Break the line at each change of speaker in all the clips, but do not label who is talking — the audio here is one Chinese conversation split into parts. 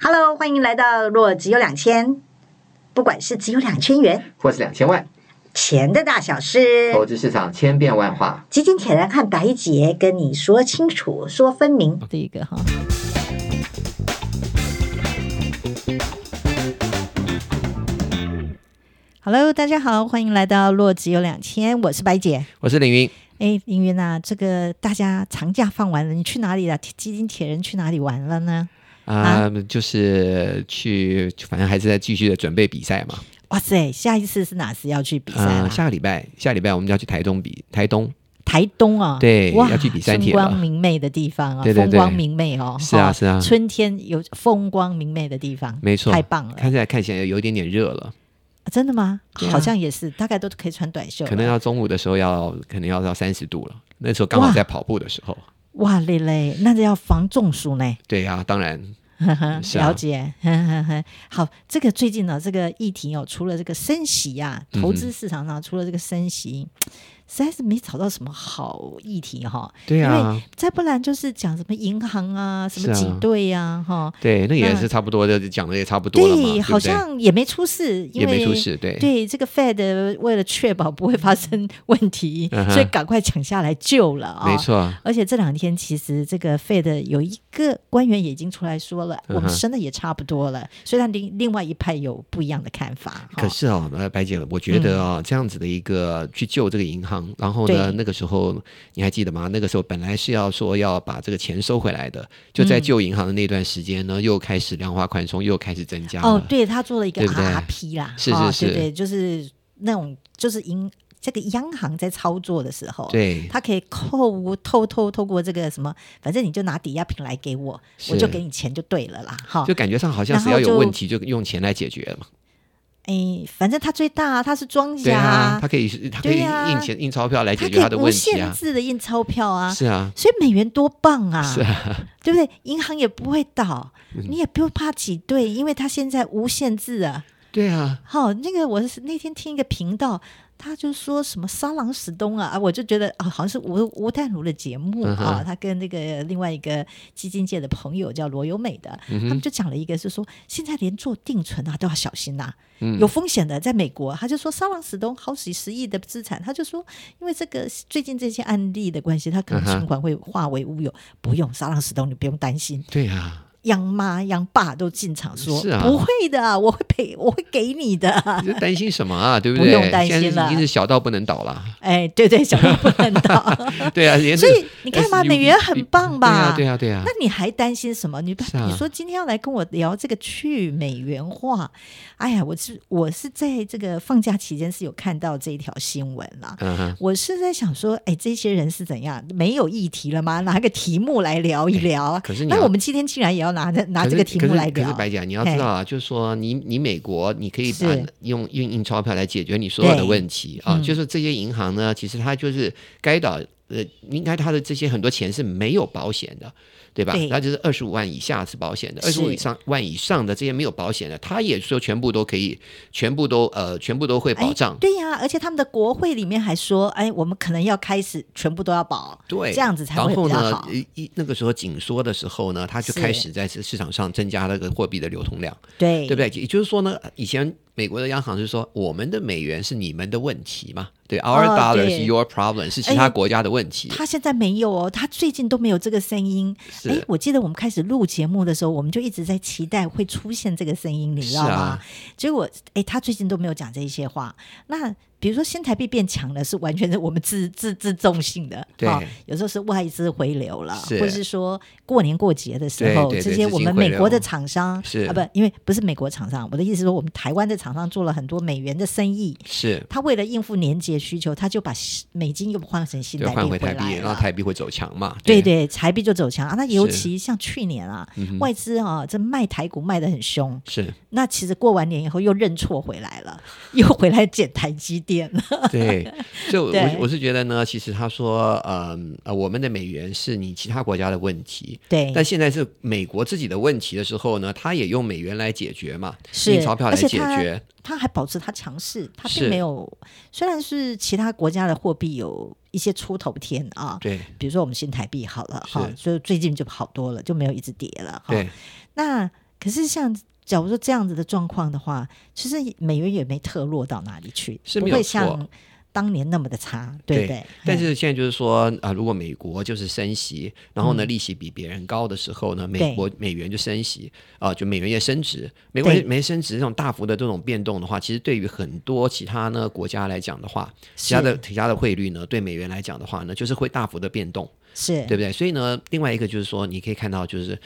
Hello，欢迎来到若只有两千，不管是只有两千元，
或是两千万，
钱的大小事，
投资市场千变万化。
基金铁人和白姐跟你说清楚，说分明。
这一个哈。Hello，大家好，欢迎来到洛只有两千，我是白姐。
我是凌云，
哎，林云啊，这个大家长假放完了，你去哪里了？啊基金铁人去哪里玩了呢？
啊、就是去，反正还是在继续的准备比赛嘛。
哇塞，下一次是哪次要去比赛
啊、
了？
下个礼拜，下个礼拜我们就要去台东比台东。
台东啊，
对
哇，
要去比三铁
风
了
光明媚的地方啊，
对对对
风光明媚哦，
是啊
哈
是啊
春天有风光明媚的地方，
没错
太棒了，
看现在看起来有一点点热了，
啊真的吗？
对啊
好像也是，大概都可以穿短袖了，
可能要中午的时候要，可能要到三十度了。那时候刚好
哇
在跑步的 时候。
哇嘞嘞，那就要防中暑呢。
对呀、当然
呵呵
是啊
了解， 呵呵呵。好，这个最近呢，这个议题哦，除了这个升息啊，
嗯哼
投资市场上除了这个升息，实在是没找到什么好议题哈、
对啊呀、
因为再不然就是讲什么银行啊，什么
是啊
挤兑呀、啊，哈、
对，那也
那
是差不多的，讲的也差不多了嘛，对不
好
对
像也没出事，因
也
为
没出事，哎对，
对这个 Fed 为了确保不会发生问题，
嗯哼
所以赶快抢下来救了啊、
没错，
而且这两天其实这个 Fed 有一个官员也已经出来说了，
嗯哼
我们升的也差不多了。虽然另另外一派有不一样的看法，
可
哦、
是哦，呃，白姐，我觉得哦，这样子的一个去救这个银行，然后呢，
嗯对
那个时候你还记得吗？那个时候本来是要说要把这个钱收回来的，就
嗯
在救银行的那段时间呢，又开始量化宽松，又开始增加了。
哦，对他做了一个
啊对不对
RRP 啦，
是
哦
是是
对对，就是那种就是银这个央行在操作的时候，
对
他可以扣偷偷透过这个什么，反正你就拿抵押品来给我，
是
我就给你钱就对了啦，哈、
就感觉上好像只要有问题就用钱来解决嘛。
诶，反正他最大，他是庄
对
家
啊
啊，，
他可以他可以
对啊
印钱、印钞票来
他
解
可
决他
以
的
无
问题
限
啊。
制的印钞票啊，
是啊，
所以美元多棒啊，
是啊，嗯
对不对？银行也不会倒，你也不用怕挤兑，因为它现在无限制啊。
对啊，
好、那个我是那天听一个频道，他就说什么沙朗史东啊，啊我就觉得啊，好像是吴吴淡如的节目
嗯哼
啊，他跟那个另外一个基金界的朋友叫罗有美的，
嗯
他们就讲了一个是说，现在连做定存啊都要小心呐、
嗯
有风险的，在美国，他就说沙朗史东好几十亿的资产，他就说，因为这个最近这些案例的关系，他可能
嗯哼
存款会化为乌有，不用沙朗史东，你不用担心。
对 啊，
央妈、央爸都进场说：“
是啊
不会的啊，我会赔，我会给你的啊。
你这担心什么啊？对
不
对？
用担
现在
心了
已经是小到不能倒 了。
哎，对对，小到不能 倒。
对啊，连
所
这
以
个
你看嘛，
SUV
美元很棒吧？
对啊，对啊，
那
对啊。
你还担心什么？你不
是啊
你说今天要来跟我聊这个去美元化，哎呀，我是我是在这个放假期间是有看到这一条新闻啦。
嗯哼。
我是在想说，哎，这些人是怎样没有议题了吗？拿个题目来聊一聊啊。
哎可是你
那
要
我们今天竟然也要拿着拿这个题目来
可是可
聊
是，白姐，你要知道啊，就是说你你美国你可以把
是
用用印钞票来解决你所有的
对
问题啊，
嗯
就是这些银行呢，其实它就是该倒。呃，应该它的这些很多钱是没有保险的，对吧
对？
它就是二十五万以下是保险的，二
是
十五以上万以上的这些没有保险的，它也说全部都可以，全部都呃，全部都会保障
哎。对呀、而且他们的国会里面还说，哎，我们可能要开始全部都要保，
对，
这样子才会
然后
比较
呢
好，。
一一那个时候紧缩的时候呢，它就是开始在市市场上增加那个货币的流通量。
对
对不对？也就是说呢，以前美国的央行是说，我们的美元是你们的问题嘛，对，our
哦
dollar
对
是 your problem，是
哎
其他国家的问题。
他现在没有哦，他最近都没有这个声音。
是
哎，我记得我们开始录节目的时候，我们就一直在期待会出现这个声音，你知道吗？
是啊
结果，哎，他最近都没有讲这些话。那比如说新台币变强了，是完全是我们自自自重性的，
对
啊有时候是外资回流了，
是
或是说过年过节的时候，
对对对
这些
资金
我们
回
美
流
国的厂商
是
啊，不，因为不是美国厂商，我的意思是说，我们台湾的厂商做了很多美元的生意，
是，
他为了应付年节需求，他就把美金又换成新
就
台币
换回台
来
币，
了
然后台币会走强嘛？
对
对
对，台币就走强啊。那尤
是嗯
其像去年啊，
哼
外资啊，这卖台股卖的很凶。
是，
那其实过完年以后又认错回来了， 又回来捡台积电了。
对。所以我，
对
我我是觉得呢，其实他说，嗯呃，我们的美元是你其他国家的问题。
对，
但现在是美国自己的问题的时候呢，他也用美元来解决嘛，
是
印钞票
而
来
且
解
他
决，
他还保持他强势，他并
是
没有。虽然是其他国家的货币有一些出头天啊，
对
比如说我们新台币好了哈，
是
所以最近就好多了，就没有一直跌了哈。
对，
那可是像假如说这样子的状况的话，其实美元也没特落到哪里去，
是
不
没有
会
错
像当年那么的差，对嗯不对？
但是现在就是说啊、如果美国就是升息，然后呢利息比别人高的时候呢，美
嗯对
国美元就升息啊、就美元也升值。美国
对
没升值这种大幅的这种变动的话，其实对于很多其他呢国家来讲的话，其他的其他的汇率呢，对美元来讲的话呢，就是会大幅的变动，
是
对不对？所以呢，另外一个就是说，你可以看到就是。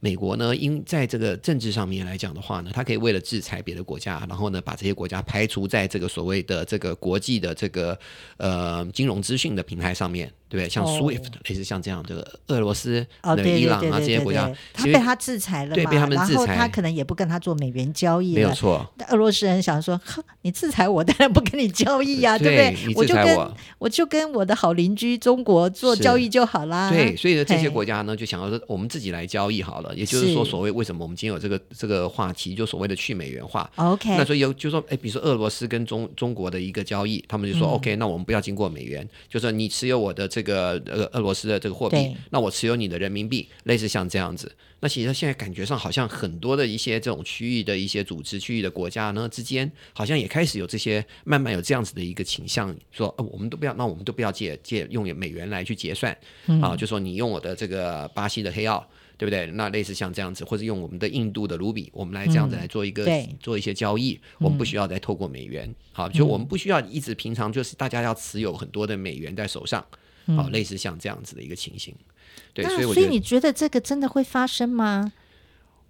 美国呢，因在这个政治上面来讲的话呢，它可以为了制裁别的国家，然后呢，把这些国家排除在这个所谓的这个国际的这个呃金融资讯的平台上面，对不对？像
哦
SWIFT、类似像这样这个俄罗斯、
哦，
那
对
伊
对
朗
对
啊这
对
些
对
国家
对，，他
其
被
实
他制裁了嘛，
对被他们制
然后
裁
他可能也不跟他做美元交易
没有
了。
错，
那俄罗斯人想说， 哼，你制裁我，当然不跟你交易呀、对不
你
对？我
制
就
裁
跟啊
我
我就跟我的好邻居中国做
是
交易就好啦。
对，所以呢，这些
嘿
国家呢就想要说，我们自己来交易好了。也就是说，
是
所谓为什么我们今天有这个这个话题，就所谓的去美元化。
，OK，
那所以有就说，哎，比如说俄罗斯跟中中国的一个交易，他们
嗯
就说、OK，那我们不要经过美元，就说你持有我的这个呃俄罗斯的这个货币
对，
那我持有你的人民币，类似像这样子。那其实现在感觉上好像很多的一些这种区域的一些组织、区域的国家呢之间，好像也开始有这些慢慢有这样子的一个倾向，说、呃、我们都不要，那我们都不要借借用美元来去结算，
嗯
啊，就说你用我的这个巴西的黑澳，对不对？那类似像这样子，或者用我们的印度的卢比，我们来这样子来做一个、
嗯对
做一些交易，我们不需要再透过美元，好，就
嗯
我们不需要一直平常就是大家要持有很多的美元在手上，好，类似像这样子的一个情形。对，所以
嗯那
我
所
觉
以
得
你觉得这个真的会发生吗？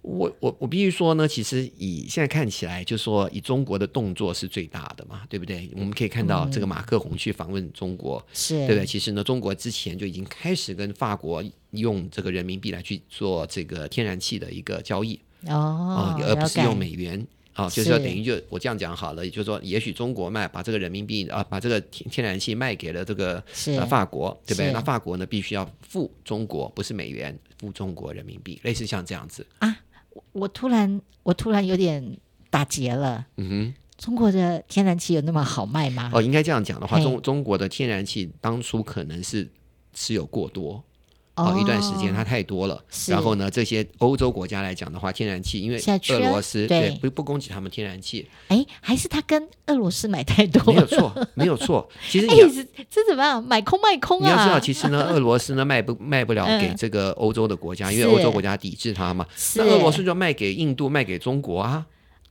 我我我必须说呢，其实以现在看起来，就说以中国的动作是最大的嘛，对不对？我们可以看
嗯
到这个马克宏去访问中国，
是，
对不对？其实呢，中国之前就已经开始跟法国用这个人民币来去做这个天然气的一个交易啊、
哦，
而不是
了解
用美元。啊、就是说
是
等于就我这样讲好了，也就是说，也许中国卖把这个人民币啊、把这个天天然气卖给了这个
是
呃法国，对不对？
是
那法国呢，必须要付中国，不是美元，付中国人民币，类似像这样子。
我突然我突然有点打结了。
嗯
中国的天然气有那么好卖吗
哼，？哦，应该这样讲的话，
啊嘿
中中国的天然气当初可能是持有过多，哦，一段时间它太多了。
是
然后呢，这些欧洲国家来讲的话，天然气因为
现在缺
俄罗斯
对
不不供给他们天然 气，
哎，还是他跟俄罗斯买太多
没有
了。
错，没有 错。其实
哎
你要，
这这怎么样？买空卖空啊！嗯
你要知道，其实 呢，俄罗斯呢卖不卖不了给这个欧洲的国家，因为
是
欧洲国家抵制它嘛。
是
那俄罗斯就卖给印度，卖给中国啊。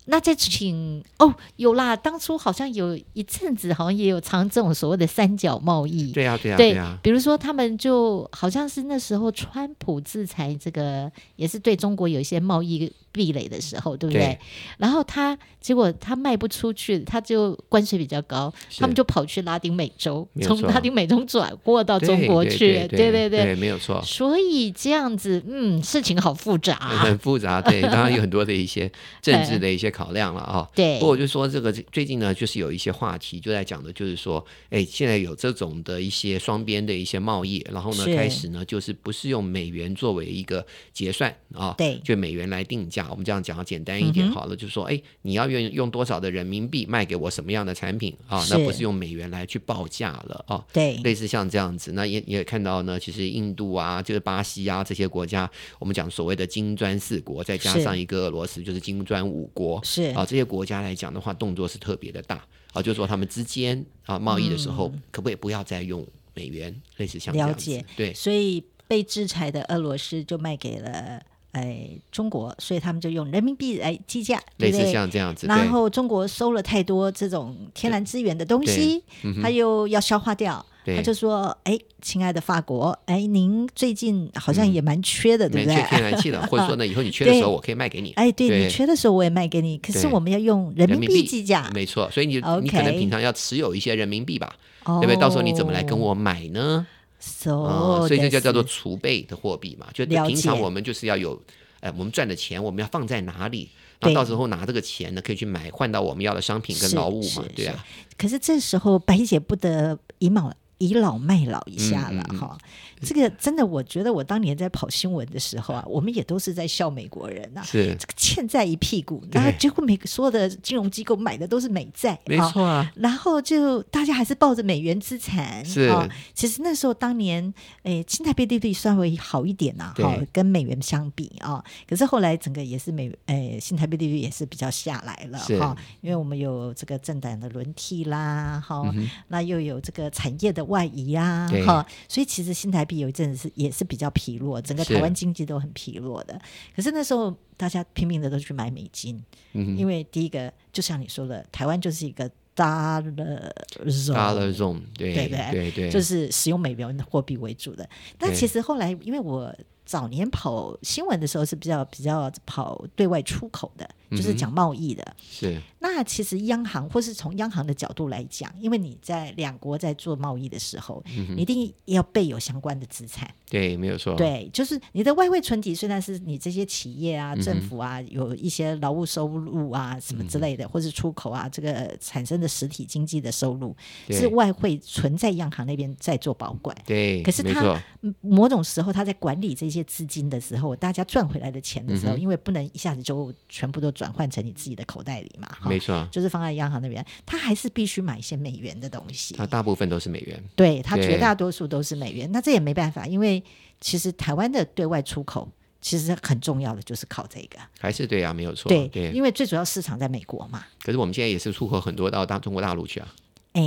那再请哦，有啦，当初好像有一阵子，好像也有常这种所谓的三角贸易。
对啊，对啊，
对
对啊。
比如说他们就好像是那时候川普制裁这个，也是对中国有一些贸易壁垒的时候，对不对？
对
然后他结果他卖不出去，他就关税比较高，
是
他们就跑去拉丁美洲，
没有
从
错
拉丁美洲转过到
对
中国
对
去，
对
对
对没有 错。
所以这样子，嗯，事情好复杂、啊
很复杂，对，当然有很多的一些政 治的一些考量了啊、
对
不过我就说这个最近呢，就是有一些话题就在讲的，就是说，哎，现在有这种的一些双边的一些贸易，然后呢，
是
开始呢，就是不是用美元作为一个结算啊、
对嗯
就美元来定价。我们这样讲简单一点好了，就是说，哎，你要用用多少的人民币卖给我什么样的产品啊、那
是
不是用美元来去报价了啊、
对
类似像这样子，那也也看到呢，其实印度啊，就是巴西啊这些国家，我们讲所谓的金砖四国，再加
是
上一个俄罗斯，就是金砖五国，
是
啊，这些国家来讲的话，动作是特别的大啊，就是说他们之间啊贸易的时候，可不可以不要再用美元？类似像这样
嗯了
子
解
对。
所以被制裁的俄罗斯就卖给了哎中国，所以他们就用人民币来计价，对
类
不
似
对？
像这样子，对
然后中国收了太多这种天然资源的东西，他又要消化掉。
嗯对
他就说：“哎，亲爱的法国，哎，您最近好像也蛮缺的，对
免嗯
不
缺天
对？
然 气了，或者说呢，以后你缺的时候，我可以卖给你。
哎，对
对
你缺的时候我也卖给你，可是
对
我们要用人民
人民
币
币
计价，
没错，所以你你可能
OK
平常要持有一些人民币吧，
对
对不对？到时候你怎么来跟？我买呢？
So，
哦，所以这就叫做
です
储备的货币嘛，就
了解
平常我们就是要有，呃，我们赚的钱我们要放在哪里，然
对
后到时候拿这个钱呢，可以去买换到我们要的商品跟
是
劳务嘛
是，
对啊，
可是这时候白姐不得已卯倚老卖老一下了
嗯嗯嗯
哈、这个真的，我觉得我当年在跑新闻的时候啊，我们也都是在笑美国人呐、啊
是
这个欠债一屁股，
对
然后结果每个所有的金融机构买的都是美债，
没
啊
错啊，
然后就大家还是抱着美元资产，
是
啊其实那时候当年，诶，新台币利率稍微好一点呐、
对
哈、跟美元相比啊，可是后来整个也是美，诶，新台币利率也是比较下来了
是
哈、因为我们有这个政党的轮替啦，哦哈、
嗯
那又有这个产业的外移啊
对，
哈、所以其实新台币有一阵子是也是比较疲弱，整个
是
台湾经济都很疲弱的，可是那时候大家拼命的都去买美金，
嗯
因为第一个就像你说的，台湾就是一个 dollar zone。
，dollar zone，对
对不对
对对，
就是使用美元货币为主的。但
对
其实后来，因为我早年跑新闻的时候是比较比较跑对外出口的，就是
嗯
讲贸易的。
是
那其实央行或是从央行的角度来讲，因为你在两国在做贸易的时候，你一定要备有相关的资产。
对，没有错，
对，就是你的外汇存底虽然是你这些企业啊、政府啊有一些劳务收入啊什么之类的，或是出口啊这个产生的实体经济的收入，
对
是外汇存在央行那边在做保管。
对，
可是
没
它
错，
嗯某种时候，他在管理这些资金的时候，大家赚回来的钱的时候，因为不能一下子就全部都转换成你自己的口袋里嘛，哈
没，错，
就是放在央行那边，他还是必须买一些美元的东西。
它大部分都是美元，
对，它
对
绝大多数都是美元。那这也没办法，因为其实台湾的对外出口其实很重要的就是靠这个。
还是对啊，没有错，
对，
对。
因为最主要市场在美国嘛。
可是我们现在也是出口很多到大中国大陆去啊，
哎，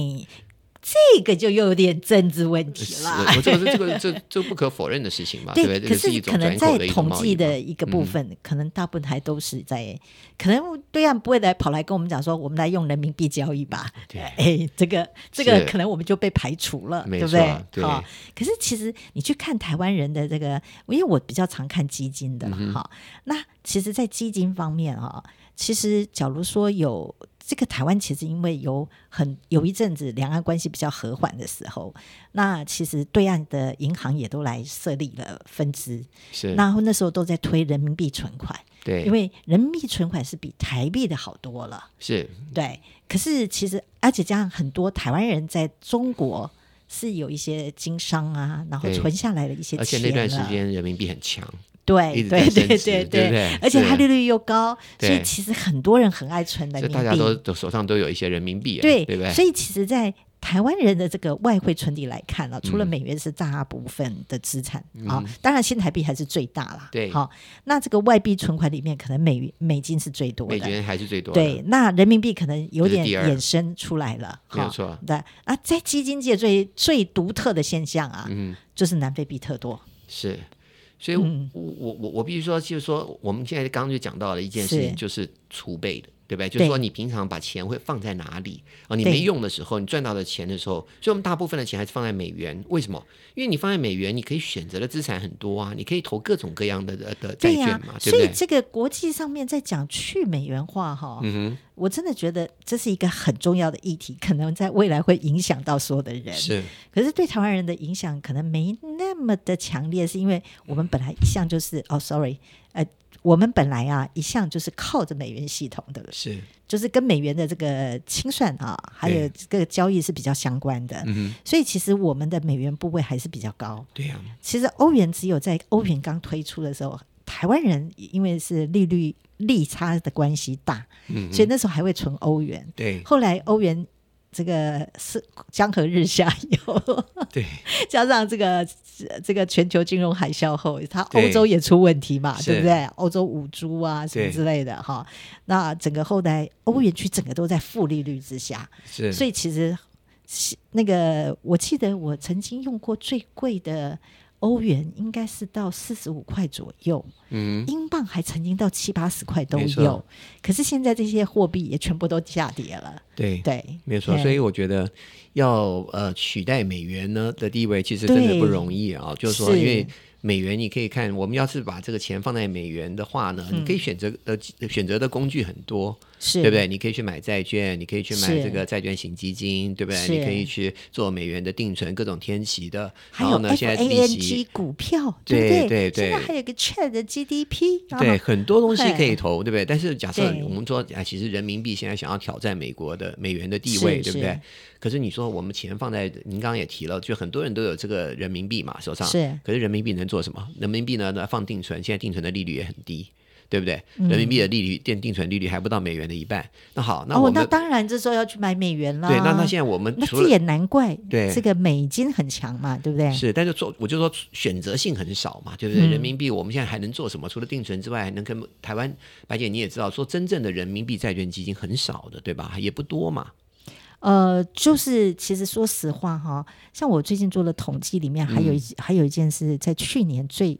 这个就又有点政治问题
是，
了。
我这个是这个这这不可否认的事情嘛，对不对？这
可
个是一
是
种
可能
转口
在
的一种
统
贸
计
易
的
嘛嗯
一个部分，可能大部分还都是在，可能对岸不会来跑来跟我们讲说，我们来用人民币交易吧。
对
哎，这个这个
是
可能我们就被排除了，
没
对不
错
对？
啊对
好可是其实你去看台湾人的这个，因为我比较常看基金
嗯
的哈、那其实，在基金方面啊、其实假如说有。这个台湾其实因为有很有一阵子两岸关系比较和缓的时候，那其实对岸的银行也都来设立了分支，
是，
然后那时候都在推人民币存款，
对，
因为人民币存款是比台币的好多了。
是
对，可是其实而且加上很多台湾人在中国是有一些经商啊，然后
对
存下来的一些钱
而且那段时
了
间人民币很强，一
对
直
对
在升
对
值
对
对不对
而且它
是
利率又高，所以
对
其实很多人很爱存
所
人
以
民币，
大家都都手上都有一些人民币啊，
对
对不对？
所以其实，在台湾人的这个外汇存底来看啊，
嗯
除了美元是大部分的资产啊、当然新台币还是最大啦。
对
好、那这个外币存款里面，可能美元美金是最多
美
的。
元还是最多的，
对，那人民币可能有
这是
点
第二
衍生出来了，
没有
哈
错
对啊，在基金界最最独特的现象啊，
嗯
就是南非比特多。
是。所以我，
嗯
我我我必须说，就是说，我们现在刚刚就讲到了一件事情，
是
就是储备的，对不对？就是说，你平常把钱会放在哪里啊？你没用的时候，你赚到的钱的时候，所以我们大部分的钱还是放在美元。为什么？因为你放在美元，你可以选择的资产很多啊，你可以投各种各样的呃的的债
对
券
呀、
嘛，对
所以
不对？
这个国际上面在讲去美元化哈、
嗯
我真的觉得这是一个很重要的议题，可能在未来会影响到所有的
哼，。
人
是
可是对台湾人的影响可能没那么的强烈，是因为我们本来一向就是哦，sorry，呃，我们本来啊一向就是靠着美元系统的，
是，
就是跟美元的这个清算啊，还有这个交易是比较相关的，
嗯哼，
所以其实我们的美元部位还是比较高。
对呀、
其实欧元只有在欧元刚推出的时候，台湾人因为是利率利差的关系大，
嗯
所以那时候还会存欧元。
对
后来欧元这个是江河日下以后，
对，
加上这个这个全球金融海啸后，它
对
欧洲也出问题嘛，
是
对不对？欧洲五铢啊什么
对
之类的哈，那整个后来欧元区整个都在负利率之下，
是
所
以
以其实是那个我记得我曾经用过最贵的。欧元应该是到四十五块左右，
嗯哼，
英镑还曾经到七八十块都
没错
有，可是现在这些货币也全部都下跌了。
对
对，
没有错，
对
所以我觉得要呃取代美元呢的地位，其实真的
对
不容易啊。就是说，
是
因为美元你可以
嗯
看，我们要是把这个钱放在美元的话呢，你可以选择呃选择的工具很多，
是
对不对？你可以去买债券，你可以去买
是
这个债券型基金，对不对？
是
你可以去做美元的定存，各种天期的。
还
然后
有
呢，现在利
FANG
息
股票，
对
不
对对
现在还有一个 Chat 的 GDP，然后
对很多东西
对
可以投，对不对？但是假设
对
我们说啊，其实人民币现在想要挑战美国的美元的地位，
是
对不
是
对？可是你说我们钱放在您刚刚也提了，就很多人都有这个人民币嘛手上，
是
可是人民币能做什么？人民币呢，放定存，现在定存的利率也很低。对不对？
嗯
人民币的利率、定定存利率还不到美元的一半。那好，那我
哦，
们、
那当然这时候要去买美元啦。
对，那那现在我们
那
除
这也
了
难怪，
对
这个美金很强嘛，对不对？
是，但是做我就说选择性很少嘛，对不对？
嗯
人民币我们现在还能做什么？除了定存之外，还能跟台湾白姐你也知道，说真正的人民币债券基金很少的，对吧？也不多嘛。
呃，就是其实说实话哈，像我最近做了统计，里面还有一、
嗯
还有一件事，在去年最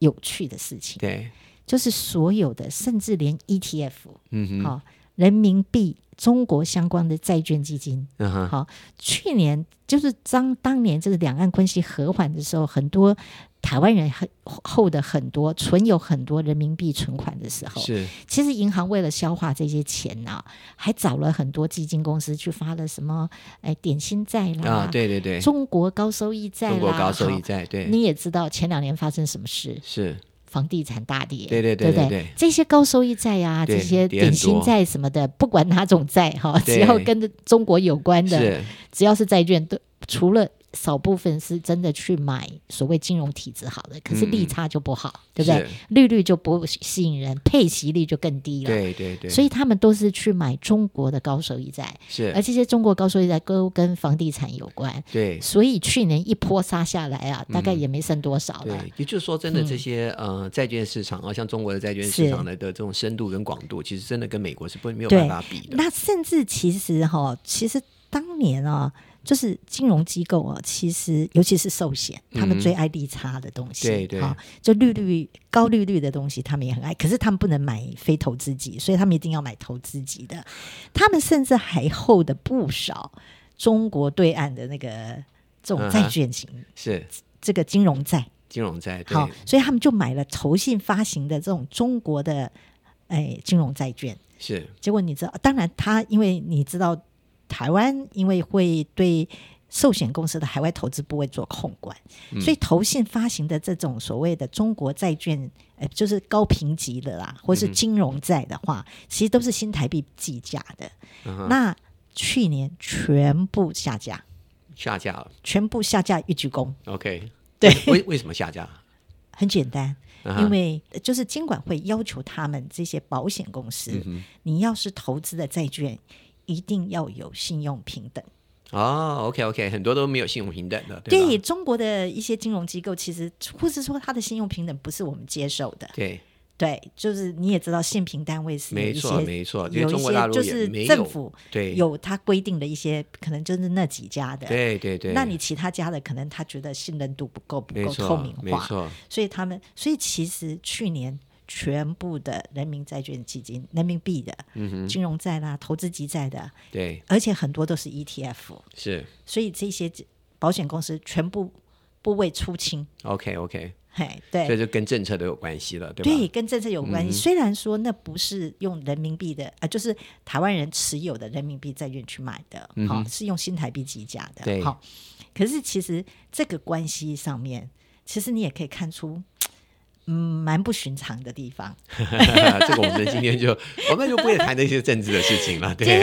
有趣的事情，
对，
就是所有的，甚至连 ETF
嗯哼，
好、人民币中国相关的债券基金，
嗯哼，
好、去年就是当当年这个两岸关系和缓的时候，很多台湾人很后的很多存有很多人民币存款的时候，
是
其实银行为了消化这些钱呐、还找了很多基金公司去发了什么哎点心债啦，
啊，对对对，
中国高收益债啦，啊
中国高收益
好。
债，对，
你也知道前两年发生什么事，
是
房地产大跌，
对对对
对不
对
对
对
这些高收益债啊，
对
这些
跌很
点心
多
债什么的，不管哪种债哈，
对
只要跟着中国有关的，
是，
只要是债券，都除了少部分是真的去买所谓金融体制好的，可是
嗯嗯
利差就不好，对不对
是？？
利率就不吸引人，配息率就更低了。
对对对，
所
以
以他们都是去买中国的高收益债，
是，
而这些中国高收益债都跟房地产有关，
对。嗯
所以去年一波杀下来啊，大概也没剩多少
对
了。，
也就是说，真的这些、呃债券市场啊，像中国的债券市
嗯是
场的的这种深度跟广度，其实真的跟美国是不没有
对
办法比的。
那甚至其实哈、其实当年啊，就是金融机构啊，其实尤其是寿险，他们
嗯
最爱利差的东西，
对对
啊就利率高利率的东西，他们也很爱。可是他们不能买非投资级，所以他们一定要买投资级的。他们甚至还厚的不少中国对岸的那个这种
嗯哼
债券型、
是
这个金融债，
金融债，对
好，所以他们就买了投信发行的这种中国的哎金融债券。
是
结果你知道，当然他因为你知道台湾因为会对寿险公司的海外投资部位做控管，
嗯
所以投信发行的这种所谓的中国债券，呃，就是高评级的啦，或
嗯
是金融债的话，其实都是新台币计价的。
嗯哼
那去年全部下架，
下架了。
全部下架一鞠躬，
OK，
对
为为什么下架？
很简单。
啊哈
因为呃就是监管会要求他们这些保险公司，
嗯
你要是投资的债券，一定要有信用平等。
哦，OK OK，很多都没有信用平等的，吧
对中国的一些金融机构，其实或是说它的信用平等不是我们接受的。
对，
对，就是你也知道，信评单位是有
没
一
错
些
没错，因为
有一
中国大
些
陆
就
也
是
没
政
有
府
对
有它规定的一些，可能就是那几家的。
对对对，
那你其他家的可能他觉得信任度不够，不
没
够
错
透明
没
化，
错，
所以他们，所以其实去年全部的人民债券基金、人民币的、金融债啦、投资级债的，
对
而且很多都是 ETF，
是
所以这些保险公司全部部位出清，
OK OK，
嘿，
所以
对。
就跟政策都有关系了，对吧？嗯
对，跟政策有关系。虽然说那不是用人民币的，啊，就是台湾人持有的人民币债券去买的，好、是用新台币计价的，
嗯对
好、可是其实这个关系上面，其实你也可以看出，嗯，蛮不寻常的地方。
这个我们今天就 我们就不会谈这些政治的事情了，啊，
这
是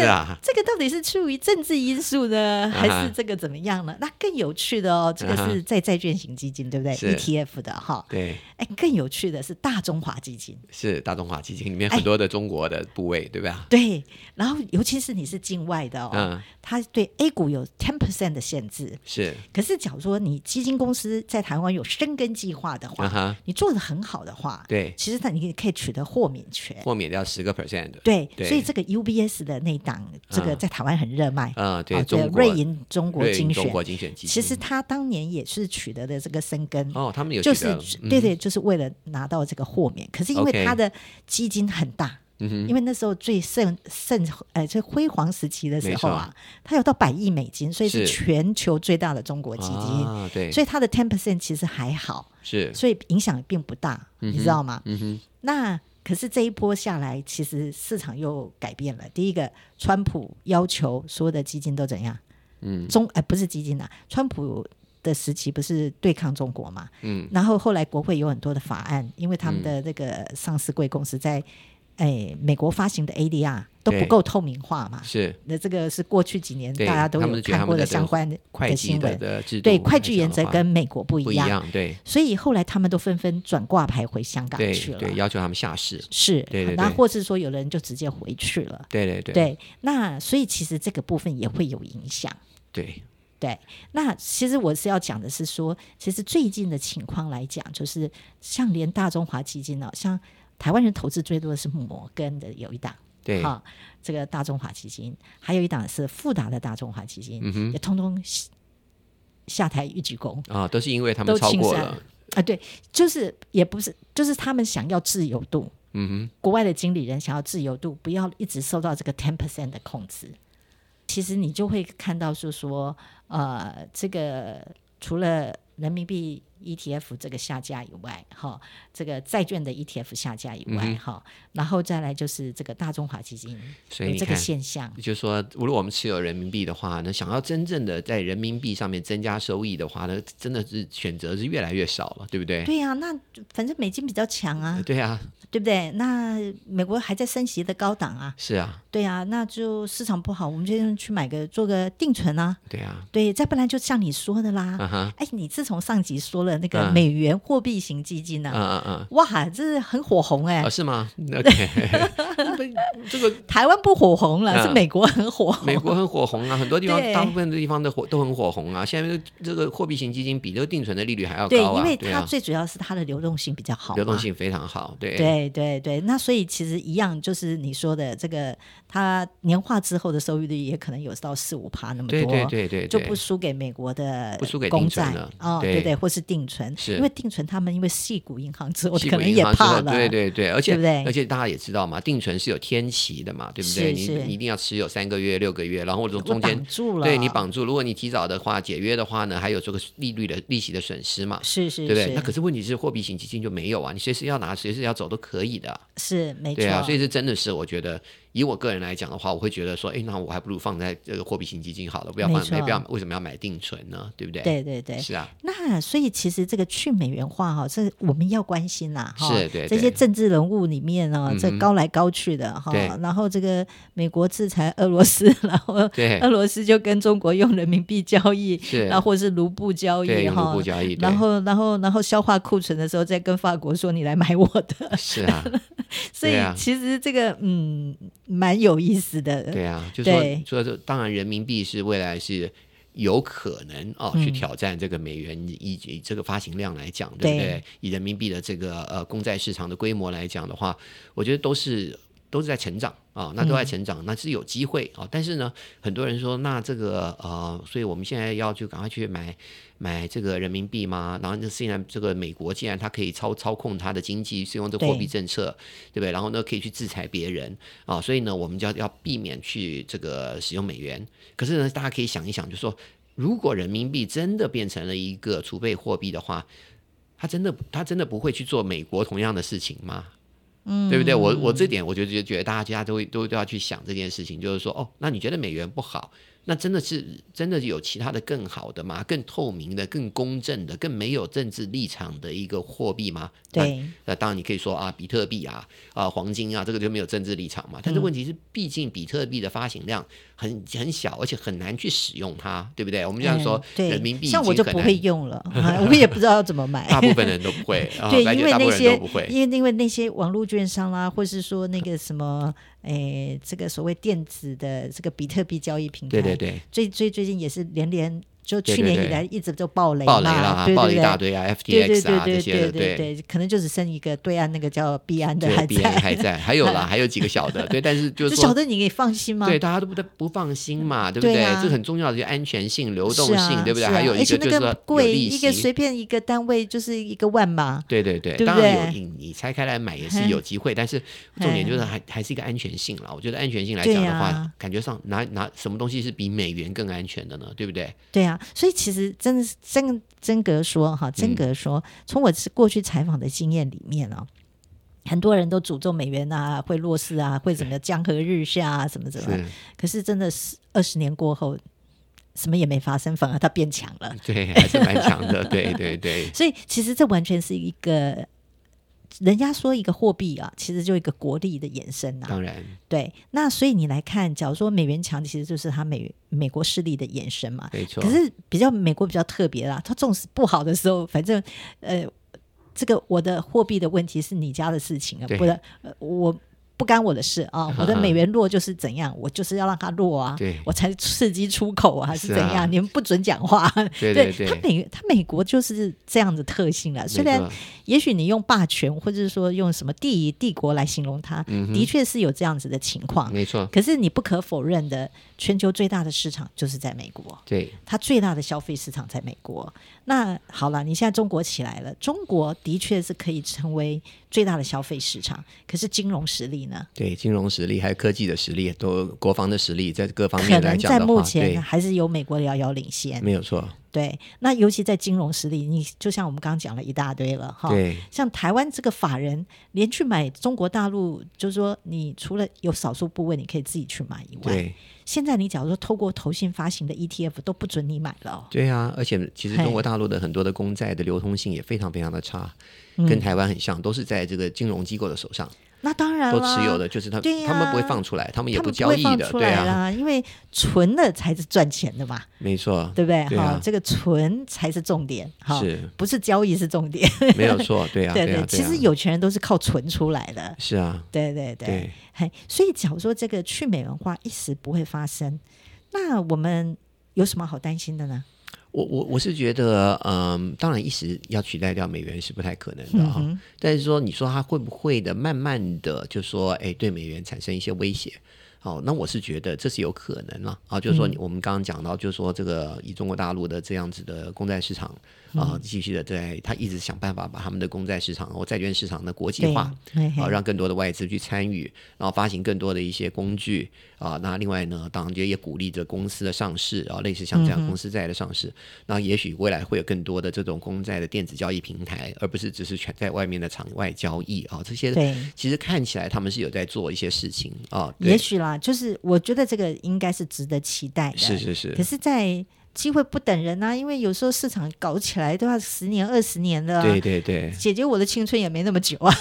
个、
啊，
这个到底是出于政治因素呢，还
啊
是
哈
这个怎么样呢？那更有趣的哦，这个
啊哈
是在债券型基金，对不对
是
？ETF 的哈，
对，
哎，更有趣的是大中华基金，
是大中华基金里面很多的中国的部位，对吧？
对。然后尤其是你是境外的哦，
嗯，
它对 A 股有 ten percent 的限制。
是
可是，假如说你基金公司在台湾有深耕计划的话，
啊哈
你做的很好的话，
对
其实它你也可以取得豁免权。
豁免掉十个 percent 的，
对，
对
所以这个 UBS 的那一档，这个
嗯
在台湾很热卖。
嗯，
哦
对，
这
中
个
国
瑞银中国
瑞银
精选
中，国精选基金，
其实他当年也是取得的这个生根，
哦，他们有
就
取得
是
了嗯
对对，就是为了拿到这个豁免。可是因为
OK 嗯
他的基金很大，因为那时候最盛盛呃最辉煌时期的时候啊，它有到百亿美金，所以是
是
全球最大的中国基金。
啊，对，
所以它的 ten percent 其实还好，
是嗯
所以影响并不大，你知道吗？
嗯哼，
那可是这一波下来，其实市场又改变了。第一个，川普要求所有的基金都怎样？嗯，中哎、不是基金啊，川普的时期不是对抗中国嘛？嗯，然后后来国会有很多的法案，因为他们
嗯
的这个上市贵公司在哎美国发行的 ADR 都不
对
够透明化嘛。
是
那这个是过去几年
对
大家都
他们
有
觉得
看
他
过
们
的
的
相关的
会计
新
的
闻，
的制度
对
来
会计
讲
原
的
则
话
跟美国不
不
一
一
样，
样，对
所以后来他们都纷纷转挂牌回香港
对
去了。
对，要求他们下市，
是，
对对
那
对
或是说有的人就直接回去了，
对对对
对，那所以其实这个部分也会有影响。
对
对，那其实我是要讲的是说，其实最近的情况来讲，就是像连大中华基金呢、像台湾人投资最多的是摩根的有一档，
对
哈，这个大中华基金，还有一档是富达的大中华基
嗯
金，也通通下下台一鞠躬。
啊，都是因为他们
都
超
清
过
算
了，
啊，对，就是也不是，就是他们想要自由度。嗯哼，国外的经理人想要自由度，不要一直受到这个 ten percent 的控制。其实你就会看到，就是说，呃，这个除了人民币 ETF 这个下架以外，哈，这个债券的 ETF 下架以
嗯
外，哈、然后再来就是这个大中华基金
所以
有
你
这个
看。
现象，
也就是说，如果我们持有人民币的话，那想要真正的在人民币上面增加收益的话，那真的是选择是越来越少了，对不对？
对呀、那就反正美金比较强啊，
对啊，
对不对？那美国还在升息的高档啊，
是啊，
对啊，那就市场不好，我们就去买个做个定存啊。
对啊，
对，再不然就像你说的啦。
啊哈，
哎，你自从上集说了那个
嗯
美元货币型基金呢、
嗯嗯嗯。
哇，这很火红哎、
啊，是 吗？OK，这个
台湾不火红了，
嗯
是美国很火红。
美国很火红啊，很多地方
对
大部分的地方的火都很火红啊。现在这个货币型基金比这个定存的利率还要
对，
高啊，
因为
对
它
啊，
最主要是它的流动性比较好嘛，
流动性哎非常好，对
对对对，那所以其实一样，就是你说的这个，它年化之后的收益率也可能有到四五趴那么多，
对对对对
就
对
不输给美国的
不输给
公
定存
债
了
哦，
对
对对，或是定存，
是
因为定存他们因为系股银行之后
西
可
谷
能
银
也
行之
怕
后
了，
对对对，而且
对不对
而且大家也知道嘛，定存是有天期的嘛，对不对？
是
你
是
你一定要持有三个月、六个月，然后中
我
中间
挡住了，
对你绑住，如果你提早的话解约的话呢，还有这个利率的利息的损失嘛，
是是
对
是，
不对？那可是问题是货币型基金就没有啊，你随时要拿，随时要走都可以的啊、
是没错，
对啊，所以这真的是我觉得，以我个人来讲的话，我会觉得说，哎，那我还不如放在这个货币型基金好了，不要
没
放，
错
没必要，为什么要买定存呢？对不对？，
对对对，
是啊，
那所以其实这个去美元化哈、这我们要关心啦、哈。
是对对嗯
这些政治人物里面呢、这高来高去的哈、
对
然后这个美国制裁俄罗斯， 然后
对
俄罗斯就跟中国用人民币交 易，
是
然后或是卢布交
对，
易
用卢
哈
布。交易，对
然后，然后，然后消化库存的时候，再跟法国说你来买我的，
是啊，
所以
对啊
其实这个嗯蛮有意思的。
对 啊，就说
对
说这，当然人民币是未来是。有可能哦，去挑战这个美元以以这个发行量来讲，对不
对
对？以人民币的这个呃公债市场的规模来讲的话，我觉得都是都是在成长啊、那
嗯
都在成长，那是有机会啊、但是呢，很多人说，那这个呃，所以我们现在要去赶快去买买这个人民币吗？然后那现在这个美国既然它可以操操控它的经济，是用这个货币
对
政策，对不对？然后呢，可以去制裁别人啊，所以呢，我们就要要避免去这个使用美元。可是呢，大家可以想一想，就说如果人民币真的变成了一个储备货币的话，它真的它真的不会去做美国同样的事情吗？
嗯
对不对？我我这点我就觉觉得大家都会都都要去想这件事情，就是说，哦，那你觉得美元不好，那真的是真的有其他的更好的吗？更透明的、更公正的、更没有政治立场的一个货币吗？那
对，
那当然你可以说啊，比特币啊、啊黄金啊，这个就没有政治立场嘛。但
嗯
是问题是，毕竟比特币的发行量很很小，而且很难去使用它，对不对？我们这样说
嗯，对
人民币已
像我
经
就
很
不
难
会用了， 啊我也不知道要怎么买。
大部分人都不会，啊
对，
白
因
酒
为
大部
那
分人
些
都不会，
因为因为那些网络券商啦，或是说那个什么，诶、这个所谓电子的这个比特币交易平台，
对对对。
最最最近也是连连，就
对
去
对
年
对
以来一直就爆雷嘛，
暴雷啦，
哎对
暴雷
对
一大
对。
堆啊
对对
，FTX
对
啊这
对
些
对
的，
对对，可能就只剩一个对岸那个叫币安的
对
还
，B N
在，
还在，还有啦，还有几个小的，对，但是就是
这小
说。
的你给放心吗？
对，大家都不得不放心嘛，对不
对
对？
啊
这很重要的，就安全性、流动
是啊
性，对不对？
是啊
还有一
而且
个
那
就是说
个
有
贵，
利
一个
息
随。便一个单位就是一个万嘛，
对对对，
对不
当然有
对嗯
你你拆开来买也是有机会，但是重点就是还还是一个安全性啦。我觉得安全性来
对
讲的话，
啊
感觉上拿拿什么东西是比美元更安全的呢？对不对？
对啊，所以其实真的是真真格说哈，真格说，从我是过去采访的经验里面哦，很多人都诅咒美元啊会弱势啊，会怎么江河日下啊，什么什么。
是，
可是真的是二十年过后，什么也没发生，反而它变强了。
对，还是蛮强的，对对 对，
所以其实这完全是一个，人家说一个货币啊，其实就一个国力的延伸啊。
当然
对，那所以你来看，假如说美元强，其实就是它美美国势力的延伸嘛。
没错。
可是比较美国比较特别啦，它纵使不好的时候，反正呃，这个我的货币的问题是你家的事情啊，
对
不是、呃、我不干我的事啊。我的美元弱就是怎样，我就是要让它弱啊
对，
我才刺激出口啊，是
是
怎
啊
样？你们不准讲话。
对对
它
对，
美它美国就是这样的特性了。虽
没
然
错
也许你用霸权或者是说用什么帝帝国来形容它，
嗯哼嗯
的确是有这样子的情况。
没错，
可是你不可否认的，全球最大的市场就是在美国。
对
它最大的消费市场在美国。那好了，你现在中国起来了，中国的确是可以成为最大的消费市场，可是金融实力呢？
对，金融实力还有科技的实力，都国防的实力，在各方
可
面来
能
讲
在
的
目
话，
前
对嗯
呢，，还是由美国遥遥领先。
没有错，
对，那尤其在金融实力，你就像我们刚刚讲了一大堆了哈。
对
像台湾这个法人，连去买中国大陆，就是说，你除了有少数部位你可以自己去买以外，
对
现在你假如说透过投信发行的 ETF 都不准你买了哦、
对啊！而且其实
嘿
中国大陆的很多的公债的流通性也非常非常的差，
嗯
跟台湾很像，都是在这个金融机构的手上，
那当然
都
了，
持有的，就是他
对呀
他们不会放出来，他们也
他们
交易
会放
的，
出
对
来
啊，
啦，因为存的才是赚钱的嘛，
没错，
对不对？
对啊
这个存才是重点，哈，
是
不是交易是重点？
没有错，对啊，
对
啊，
其
对啊
实有钱人都是靠存出来的，
是啊，
对对
对，
嘿，所以假如说这个去美元化一时不会发生，那我们有什么好担心的呢？
我我我是觉得，嗯，当然一时要取代掉美元是不太可能的哈、但是说，你说它会不会的，慢慢的就说，哎，对美元产生一些威胁？哦，那我是觉得这是有可能了啊，就是说你，我们刚刚讲到，就是说这个以中国大陆的这样子的公债市场啊、继续的在，他一直想办法把他们的公债市场或债券市场的国际
对
化，，
嘿嘿
啊，让更多的外资去参与，然后发行更多的一些工具啊。那另外呢，当然就也鼓励着公司的上市啊，类似像
嗯
这样公司债的上市。那、也许未来会有更多的这种公债的电子交易平台，而不是只是全在外面的场外交易啊。这些
对
其实看起来他们是有在做一些事情啊。对
也许啦，就是我觉得这个应该是值得期待的，
是是是
可，是，在机会不等人啊，因为有时候市场搞起来都要十年、二十年的、啊。
对对对，
姐姐，我的青春也没那么久啊，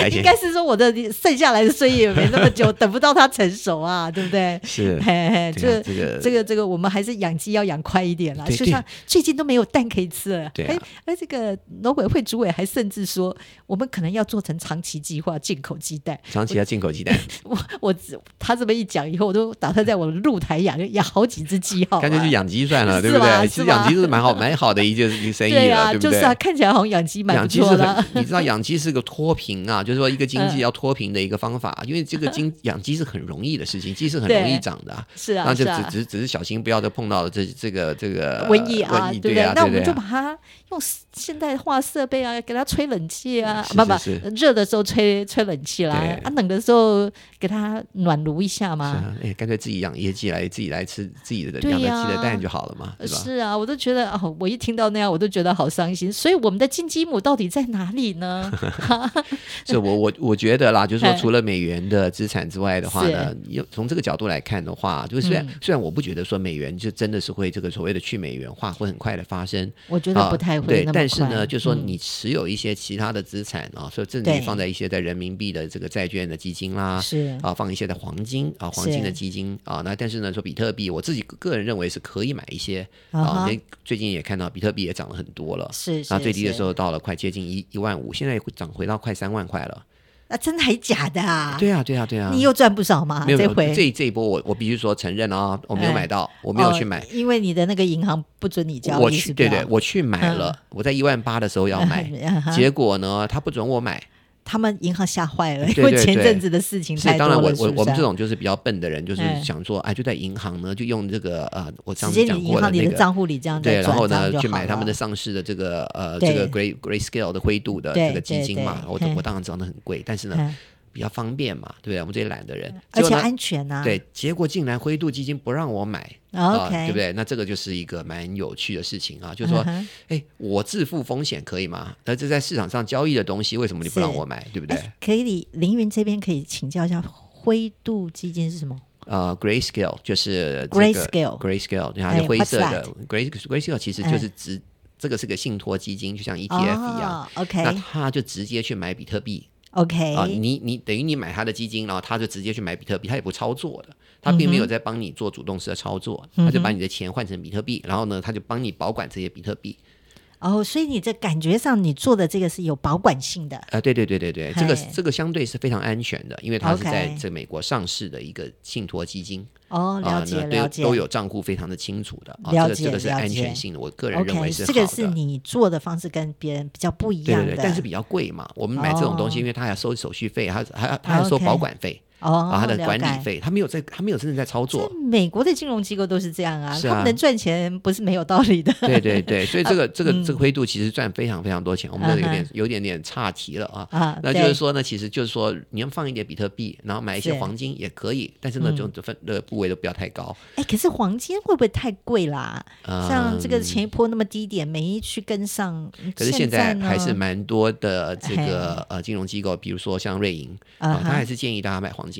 而
应
且
该是说我的剩下来的岁月也没那么 久，等不到它成熟啊，对不对？
是
嘿
对
嘿，
啊
这
这个
这个这个，我们还是养鸡要养快一点啦。
对
就像
对
最近都没有蛋可以吃了，
对啊
哎哎，这个农委会主委还甚至说，我们可能要做成长期计划进口鸡蛋。
长期要进口鸡蛋，
我我只他这么一讲以后，我都打算在我的露台养养好几只鸡好了。
干脆去养鸡算了，对不
哦是吧
对？其
是
实
吧
养鸡是蛮好蛮好的一件一个生意
对
了，
啊，
对不
就
对？
是啊，看起来好像养鸡蛮
养
不
鸡是
错的嗯啊。
很，你知道养鸡是个脱贫啊，就是说一个经济要脱贫的一个方法，因为这个 经养鸡是很容易的事情，鸡是很容易
对
长的、啊，
是啊，
那就是只
啊。
只只是小心不要再碰到这这个这个
瘟疫啊，
瘟疫
对不
呃对啊，
那我
对
们
啊
就把它用现代化设备啊，给它吹冷气啊，
是
不不
是是，
热的时候吹吹冷气啦
对，
啊冷的时候给它暖炉一下
是
嘛。
啊，哎，干脆自己养野鸡来，自己来吃自己的
对
养的
呀
鸡的蛋就好了嘛，对吧？
是啊，我都觉得哦，我一听到那样，我都觉得好伤心。所以我们的金鸡母到底在哪里呢？
所以我我我觉得啦，就是说
嗯
除了美元的资产之外的话呢，有从这个角度来看的话，就是虽然、
嗯
虽然我不觉得说美元就真的是会这个所谓的去美元化会很快的发生，
我觉
啊，
得不太会
对
那么快。，
但是呢，就说
嗯
你持有一些其他的资产啊，所以这
对
里放在一些在人民币的这个债券的基金啦，
嗯是
啊，放一些的黄金啊，黄金的
是
基金啊，那但是呢，说比特币，我自己个个人认为是可以买一些
啊哈
啊，那最近也看到比特币也涨了很多了。
是
那
是
啊最低的
是
时候到了快接近一一万五，现在涨回到快三万块了。
啊，真的还假的啊？
对啊，对啊，对啊。
你又赚不少嘛？
没有没有
回
这这一波我我必须说承认啊，我没有
哎
买到，我没有去买
哦，，因为你的那个银行不准你交易，
我
是
去
不是
对
啊
对，我去买了，我在一万八的时候 要买
嗯，哼
结果呢，他不准我买。
他们银行吓坏了，
对
因为
对
前
对
阵子的事情
所
太
以
多
当
了，
然我，我
是不是啊
我们这种就是比较笨的人，就是
嗯
想说，哎，就在银行呢，就用这个呃，我上
直
次
接
讲
你银
过的
行里
那
的
个。
账户里这样
对，
再
然后
转
呢，
账
去
就好
买他们的
了。
上市的这个呃
对
这个 gray gray scale 的灰度的
对
这个基
对
金
对
嘛，我
嗯
我当然涨得很贵，但是呢，
嗯
比较方便嘛，对不对？我们这些懒的人，
而
结
且
果呢
安全呐、啊。
对，结果竟然灰度基金不让我买，啊，
，OK，
对不对？那这个就是一个蛮有趣的事情啊，就是说
嗯，哼
哎、我自负风险可以吗？那这在市场上交易的东西，为什么你不让我买？对不对？
哎可以，凌云这边可以请教一下，灰度基金是什么？
呃，grayscale 就是、这个、
Grayscale
grayscale，它
哎
是灰色
what's
的。gray grayscale 其实就是
哎
直，这个是个信托基金，就像 ETF 一样。
哦
E 啊那
，OK 哎
他就直接去买比特币啊、
OK，
你你等于你买他的基金，然后他就直接去买比特币，他也不操作的，他
嗯
并没有在帮你做主动式的操作，他就把你的钱换成比特币，然后呢，他就帮你保管这些比特币。
哦，所以你这感觉上你做的这个是有保管性的，
啊，对对对对对，这个
嘿
这个相对是非常安全的，因为它是
OK
在这美国上市的一个信托基金
哦，
啊，
了解、
那对
了解，
都有账户非常的清楚的啊，
了
这个这
解
个是
了
安
解
全性的，我个人认
OK，
为是
这
好的。
个是你做的方式跟别人比较不一
对
样
对
的，
对，但是比较贵嘛。我们买这种东西，
哦
因为它还要收手续费，还还还还要收
OK
保管费，
哦，
啊，它的管
了解
理。费，它没有在，它没有真正在操作
这。美国的金融机构都是这样啊，
是
他们
啊
能赚钱不是没有道理的。
对对对，所以这个这个这个灰度其实赚非常非常多钱，我们这个有
嗯
点有点点岔题了啊。
啊，
那就是
对
说呢，其实就是说，你要放一点比特币，然后买一些
是嗯
黄金也可以，但是呢，就分的部位都不要太高。
哎，可是黄金会不会太贵啦？
嗯
像这个前一波那么低点，没去跟上，
可是现在
在呢
还是蛮多的这个呃金融机构，比如说像瑞银
啊
啊，
哈
他还是建议大家买黄金。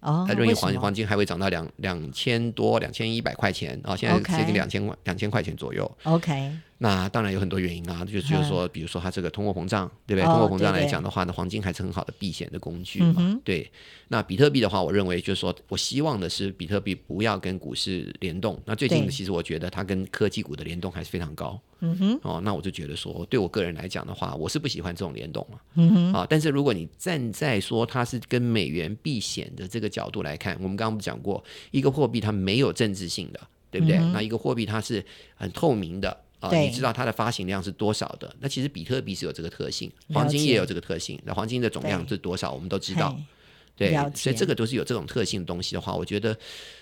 哦，
他认
为
为
什
黄
么
黄金还会涨到两两千多、两千一百块钱啊，现在
OK
接近两千块、两千块钱左右。
OK
那当然有很多原因啊，就就是说，比如说它这个通货膨胀，对不对？
嗯
通
哦
货膨胀
对
来
对
讲的话呢，黄金还是很好的避险的工具啊嘛。
嗯哼
对，那比特币的话，我认为就是说我希望的是比特币不要跟股市联动。那最近
对
其实我觉得它跟科技股的联动还是非常高。
嗯哼
哦，那我就觉得说，对我个人来讲的话，我是不喜欢这种联动嘛。
嗯哼
啊，但是如果你站在说它是跟美元避险的这个角度来看，我们刚刚不讲过，一个货币它没有政治性的，对不对？那一个货币它是很透明的。啊，
嗯对
你知道它的发行量是多少的？那其实比特币是有这个特性，
了
黄金
解
也有这个特性。那黄金的总量
对
是多少？我们都知道。
嘿
对
了，
所以
解
这个都是有这种特性的东西的话，我觉得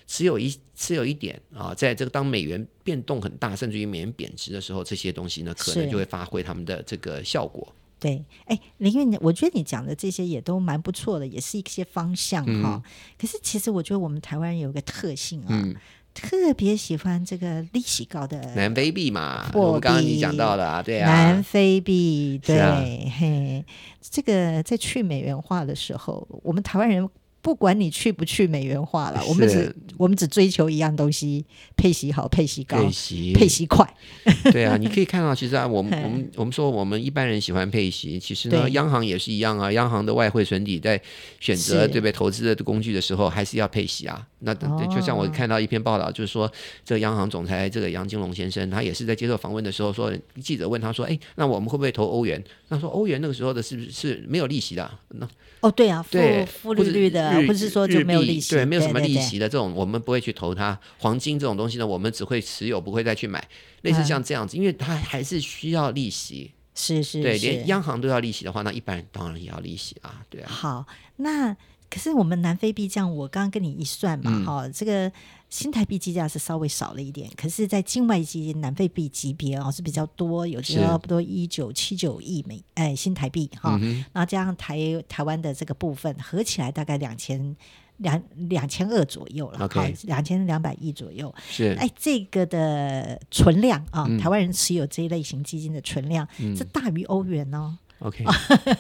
持有一持有一点啊，在这个当美元变动很大，甚至于美元贬值的时候，这些东西呢，可能
是
就会发挥他们的这个效果。
对，哎，林月，你我觉得你讲的这些也都蛮不错的，也是一些方向
嗯
哈、可是其实我觉得我们台湾人有一个特性啊，特别喜欢这个利息高的
南非币嘛，
货币
我们刚刚你讲到的啊，对
南
啊，
非币，对，
是啊
嘿，这个在去美元化的时候，我们台湾人不管你去不去美元化了，我们只
是
我们只追求一样东西，配息好，配息高，
息
配息快，
对啊，你可以看到，其实啊，我们
嘿
我们我们说我们一般人喜欢配息，其实呢，
哎对
央行也是一样啊，央行的外汇存底在选择
是
对不对投资的工具的时候，还是要配息啊。那等
哦
就像我看到一篇报道，就是说这个央行总裁这个杨金龙先生，他也是在接受访问的时候说，记者问他说，哎，那我们会不会投欧元？那说欧元那个时候的是不是是没有利息的啊、那
哦，对啊，负
对，
负
或
利
者
率的，
日
不是说就没有
日币
利息，
对，没有什么
对
利
对
息的这种，我们不会去投它。黄金这种东西呢，我们只会持有，不会再去买。类
嗯
似像这样子，因为它还是需要利息，
是是
对，
是
连央行都要利息的话，那一般人当然也要利息啊，对啊。
好，那可是我们南非币这样，我刚刚跟你一算
嗯
嘛，哈、这个新台币计价是稍微少了一点，可是，在境外基金南非币级别哦是比较多，有
是
差不多一九七九亿美哎新台币
嗯
哈，然后加上台台湾的这个部分，合起来大概两千。两两千二左右了，
OK
两千两百亿左右。
是
哎，这个的存量啊，
嗯
台湾人持有这一类型基金的存量，这大于欧元哦。
，OK，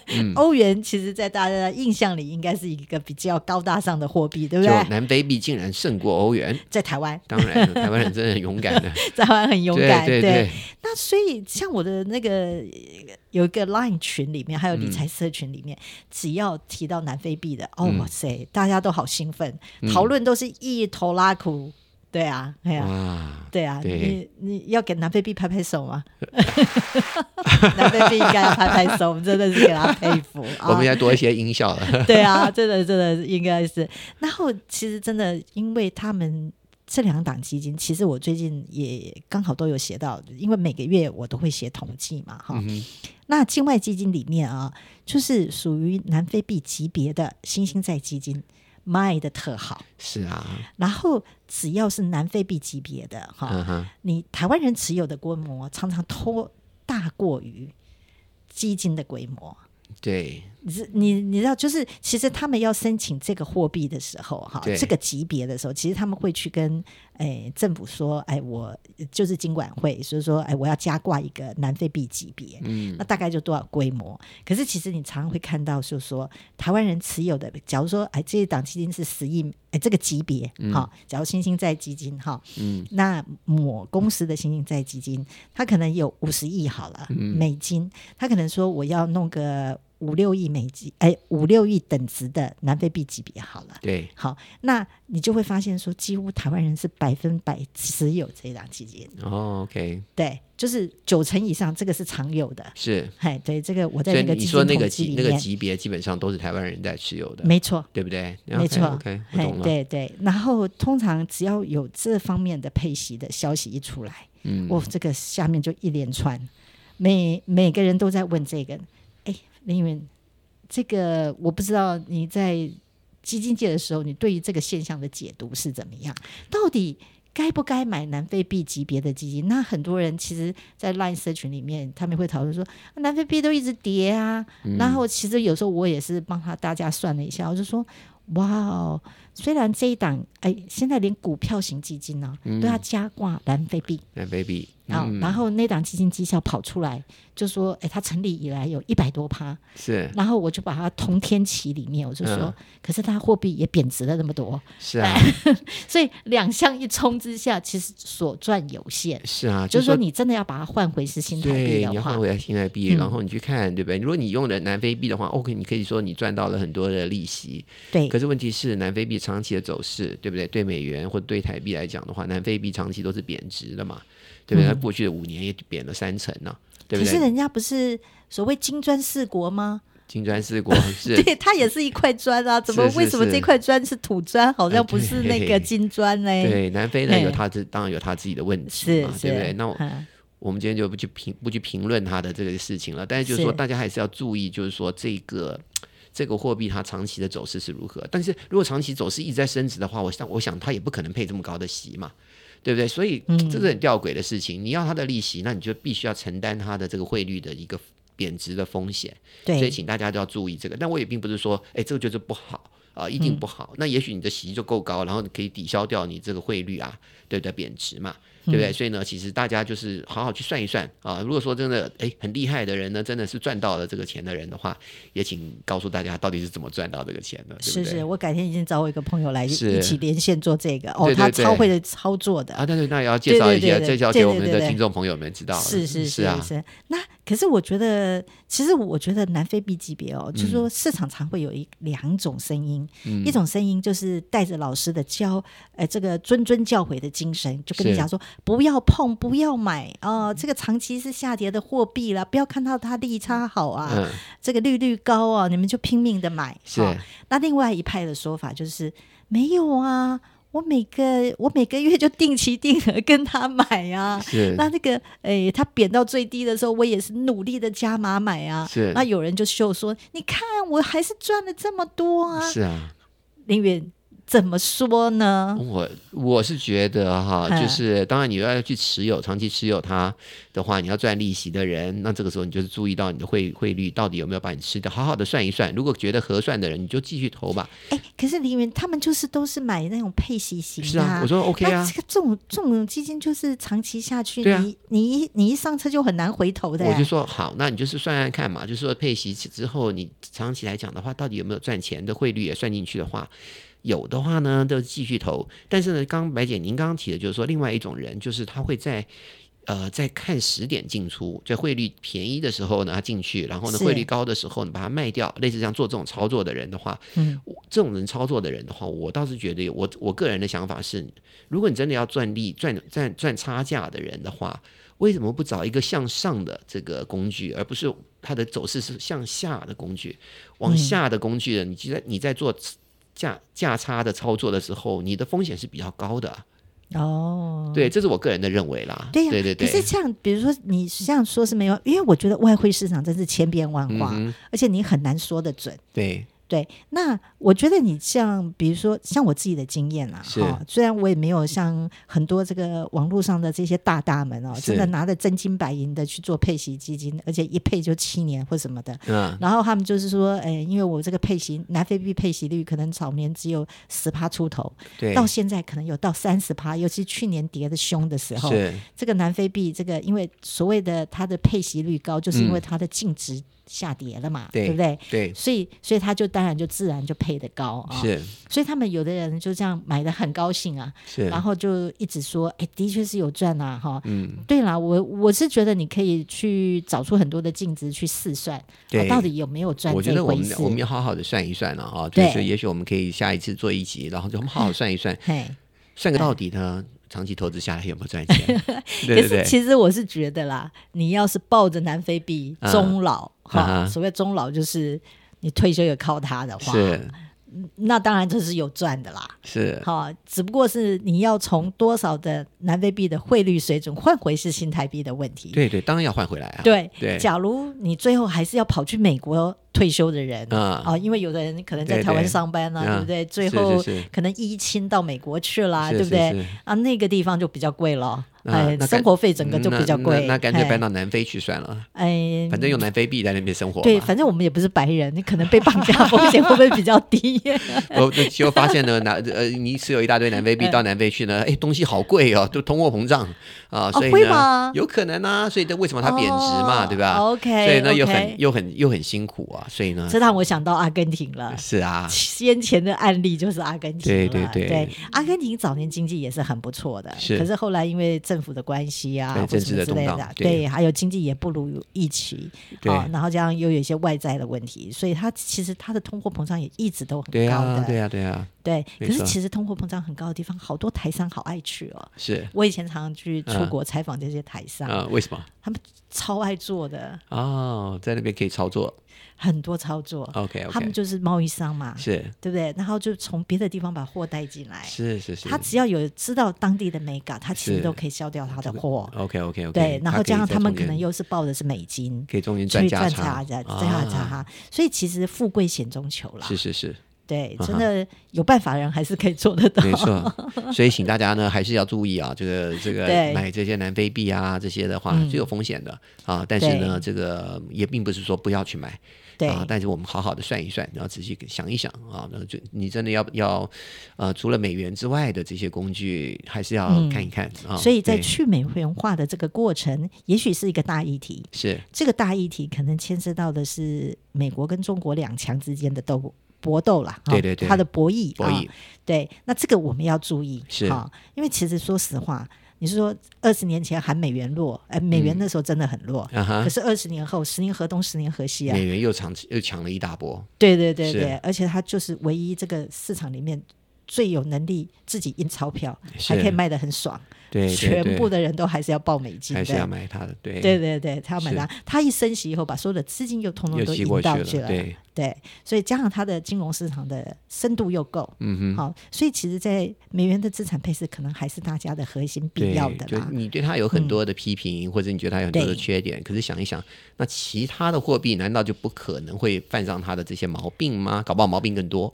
嗯
欧元其实，在大家的印象里，应该是一个比较高大上的货币，对
就
不对？
南非币竟然胜过欧元，
在台湾，
当然了台湾人真的很勇敢的，
台湾很 勇敢，
对对，
那所以，像我的那个有一个 Line 群里面，还有理财社群里面，只要提到南非币的，哦哇
嗯
塞，大家都好兴奋，讨论都是一头拉苦。对啊，哎呀、
哇，
对啊，
嗯对
你你要给南非币拍拍手吗？ 南非币应该要拍拍手，我们真的是给他佩服 啊！
我们要多一些音效了，
对啊，真的真的应该是。然后其实真的，因为他们这两档基金，其实我最近也刚好都有写到，因为每个月我都会写统计嘛，哈。那境外基金里面啊，就是属于南非币级别的新兴债基金卖的特好，
是啊，
然后只要是南非币级别的哈，
嗯哼，
你台湾人持有的规模常常拖大过于基金的规模。
对，
你知你你知道，就是其实他们要申请这个货币的时候，哈，
对
这个级别的时候，其实他们会去跟哎政府说，哎，我就是金管会，所以说哎，我要加挂一个南非币级别，
嗯
那大概就多少规模？可是其实你常常会看到，就是说台湾人持有的，假如说哎这一档基金是十亿，哎这个级别哈、假如新兴债基金哈，
嗯，
那某公司的新兴债基金，它可能有五十亿好了、
嗯
美金，它可能说我要弄个五六亿美金，哎五六亿等值的南非币级别好了。
对，
好，那你就会发现说，几乎台湾人是百分百持有这一档基金，
哦，OK，
对，就是九成以上，这个是常有的。
是。
哎，对，这个我在
所以
那个
你
基
说
金
那个
统计
级
里
那个
面，
级别基本上都是台湾人在持有的，
没错，
对不对？
没错
，OK，我
哎
懂，了。
对对。然后通常只要有这方面的配息的消息一出来，
嗯，
哦，这个下面就一连串，每每个人都在问这个，哎，林云，这个我不知道你在基金界的时候，你对于这个现象的解读是怎么样？到底？该不该买南非币级别的基金？那很多人其实，在 LINE 社群里面，他们会讨论说，啊南非币都一直跌啊。
嗯
然后其实有时候我也是帮他大家算了一下，我就说，哇哦，虽然这一档哎，现在连股票型基金呢、
嗯
都要加挂南非币，
那 baby，嗯
然后，然后那档基金绩效跑出来，就说：“哎，它成立以来有一百多趴。
是”
然后我就把它同天期里面，我就说：“
嗯
可是它货币也贬值了那么多，
是啊，
哎所以两项一冲之下，其实所赚有限。
是啊，
就是是说，你真的要把它换回是新台币
对，你
的
要
话嗯
换，回来新台币，然后你去看，对不对？如果你用了南非币的话，OK，你可以说你赚到了很多的利息，
对
可是问题是，南非币长期的走势，对不对？对美元或对台币来讲的话，南非币长期都是贬值的嘛，对不对？它过去的五年也贬了三成呢、对不
嗯可是
对？
人家不是所谓金砖四国吗？
金砖四 国是
对，它也是一块砖啊，怎么
是是
为什么
是哎
这块砖是土砖，好像不是那个
对
金砖呢？
对南非呢，
嘿
有它自当然有它自己的问题
是
嘛，
是，
对不对？那我
嗯
我们今天就不去评不去评论它的这个事情了，但是就是
是
说，大家还是要注意，就是说这个。这个货币它长期的走势是如何？但是如果长期走势一直在升值的话，我想我想它也不可能配这么高的息嘛，对不对？所以这是很吊诡的事情。你要它的利息，那你就必须要承担它的这个汇率的一个贬值的风险。所以
对，
请大家都要注意这个。但我也并不是说，哎，这个就是不好啊、一
嗯
定不好。那也许你的息就够高，然后你可以抵消掉你这个汇率啊，对不对？贬值嘛，对
嗯
不对？所以呢，其实大家就是好好去算一算啊。如果说真的，哎，很厉害的人呢，真的是赚到了这个钱的人的话，也请告诉大家到底是怎么赚到这个钱的，对不
是
对？
是，我改天已经找我一个朋友来一
是
一起连线做这个哦
对，对
他
对
超会的操作的，
啊，但是那也要介绍一
对对
下，
对对
介绍给我们
对对
的
对
听众朋友们知道。
是是
是
是
啊，
是。那可是我觉得，其实我觉得南非 B 级别哦，就
嗯
是说市场常会有一两种声音，一种声音就是带着老师的教，呃，这个谆谆教诲的精神，就跟你
是
讲说不要碰，不要买哦、这个长期是下跌的货币啦，不要看到它利差好啊，
嗯，
这个利率高啊，你们就拼命的买。
是
哦那另外一派的说法就是没有啊，我每个我每个月就定期定额跟他买啊。
是
那那个诶，它贬到最低的时候，我也是努力的加码买啊。
是
那有人就秀说，你看啊我还是赚了这么多啊。
是啊。
林远怎么说呢？
我我是觉得哈，
嗯
就是当然你要去持有，长期持有它的话，你要赚利息的人，那这个时候你就是注意到你的汇汇率到底有没有把你吃掉，好好的算一算。如果觉得合算的人，你就继续投吧。
哎，可是林远他们就是都是买那种配息型
是
的、
啊，我说 OK
那
啊
这，个这种这种基金就是长期下去，
对啊
你你一你一上车就很难回头的、
我就说好，那你就是算算看嘛，就是说配息之后，你长期来讲的话，到底有没有赚钱的汇率也算进去的话。有的话呢，就继续投。但是呢，刚刚白姐您刚刚提的，就是说另外一种人，就是他会在呃在看时点进出，在汇率便宜的时候呢他进去，然后呢
是
汇率高的时候你把它卖掉，类似像做这种操作的人的话，
嗯
我，这种人操作的人的话，我倒是觉得我我个人的想法是，如果你真的要赚利赚赚赚差价的人的话，为什么不找一个向上的这个工具，而不是它的走势是向下的工具？
嗯
往下的工具呢，你就在你在做价价差的操作的时候，你的风险是比较高的啊。
哦，
对，这是我个人的认为啦。
对呀、
对对
可是
对，
像比如说你这样
嗯
说是没有，因为我觉得外汇市场真是千变万化，而且你很难说得准。
对
对，那我觉得你像比如说像我自己的经验啦，
是
哈，虽然我也没有像很多这个网络上的这些大大们哦，
是
真的拿着真金白银的去做配息基金，而且一配就七年或什么的。
嗯，
然后他们就是说，哎，因为我这个配息南非币配息率可能早年只有十趴出头，
对，
到现在可能有到三十趴，尤其去年跌的凶的时候，
是
这个南非币这个因为所谓的它的配息率高，就是因为它的净值下跌了嘛，
嗯对
对不对？
对
所以，所以他就当然就自然就配的高啊、
是
所以他们有的人就这样买的很高兴啊，
是
然后就一直说，哎，的确是有赚啊，哈，嗯，对啦，我我是觉得你可以去找出很多的净值去试算，
对
啊到底有没有赚
我觉
这
得我
回
们
事？
我们要好好的算一算了啊，就是
对
也许我们可以下一次做一集，然后就我们好好算一 算，
嘿，
算个到底呢，长期投资下来有没有赚 钱？对对
可是
对，
其实我是觉得啦，你要是抱着南非币
啊
终老，哈、
啊哈
所谓终老就是你退休也靠它的话，
是
那当然就是有赚的啦。
是
好，只不过是你要从多少的南非币的汇率水准换回是新台币的问题。
对对，当然要换回来啊，
对
对
假如你最后还是要跑去美国退休的人
啊
哦，因为有的人可能
对
在
对
台湾上班啦、
啊
对不对？最
是
后
是是
可能一亲到美国去啦，
是
对不对？
是是
啊，那个地方就比较贵了，
那
哎，
那
生
干
活费整个就比较
那
贵，
那那干脆
哎
搬到南非去算了，
哎，
反正用南非币在那边生活嘛。
对，反正我们也不是白人，你可能被绑架风险会不会比较 低？
我就哦就发现呢，南呃，你持有一大堆南非
嗯
币到南非去呢，哎，东西好贵哦，都通货膨胀啊，所以
哦会
呢
吗，
有可能啊，所以这为什么它贬值嘛，
哦
对吧
？OK，
所以呢，又很
OK
又很又很辛苦啊，所以呢，
这让我想到阿根廷了。
是啊，
先前的案例就是阿根廷
对
了，啊
对对
阿根廷早年经济也是很不错的，
是
可是后来因为政府的关系啊，
对
或
政
什
治
么
的
之
动
类的
荡
啊，
对
对，还有经济也不如预期，
对
啊，然后这样又有一些外在的问题，所以它其实它的通货膨胀也一直都很
对
高
啊
的，，
对啊，对啊，
对
没
可是
错
其实通货膨胀很高的地方，好多台商好爱去哦。
是
我以前常常去出
嗯
国采访这些台商，
啊，为什么？
他们超爱做的，
哦，在那边可以操作
很多操作。
，OK
哦他们
OK，
就是贸易商嘛，
是
对不对？然后就从别的地方把货带进来，
是是是，
哎他只要有知道当地的美感，他其
是
实都可以销掉他的货。
OK OK OK，
对，然后加上他们可能
又
又是报的是美金，
可以中间
所以
价
赚
差，
差价价
啊
差，所以其实富贵险中求啦
是。是是。
对，
啊哈
真的有办法的人还是可以做得到。
没错，所以请大家呢还是要注意啊，这个这个
对嗯
买这些南非币啊这些的话是有风险的啊，但是呢，这个也并不是说不要去买
对，
啊，但是我们好好的算一算，然后仔细想一想啊，那就你真的要要呃，除了美元之外的这些工具，还是要看一看啊。
嗯所以在
对
去美元化的这个过程，也许是一个大议题。
是
这个大议题可能牵涉到的是美国跟中国两强之间的斗搏斗啦，哈
对对对
它的博弈，
博弈
啊对，那这个我们要注意，
是
啊，因为其实说实话，你是说二十年前喊美元弱，哎、美元那时候真的很弱。
嗯啊哈
可，是二十年后，十年河东，十年河西啊！
美元又强又强了一大波，
对对对对
是，
而且它就是唯一这个市场里面最有能力自己印钞票，
是
还可以卖得很爽，
对，对
全部
对
的人都还是要报美金
还
的，
是要买它的，对
对，对对，他要买它，他一升息以后，把所有的资金又通通
又
都
吸
引
过去
到
了，
去了，
对，
对所以加上它的金融市场的深度又够，
嗯哼。
好，所以其实，在美元的资产配置可能还是大家的核心必
对，
要的
就
啦。嗯
你对它有很多的批评，或者你觉得它有很多的
对
缺点，可是想一想，那其他的货币难道就不可能会犯上它的这些毛病吗？搞不好毛病更多。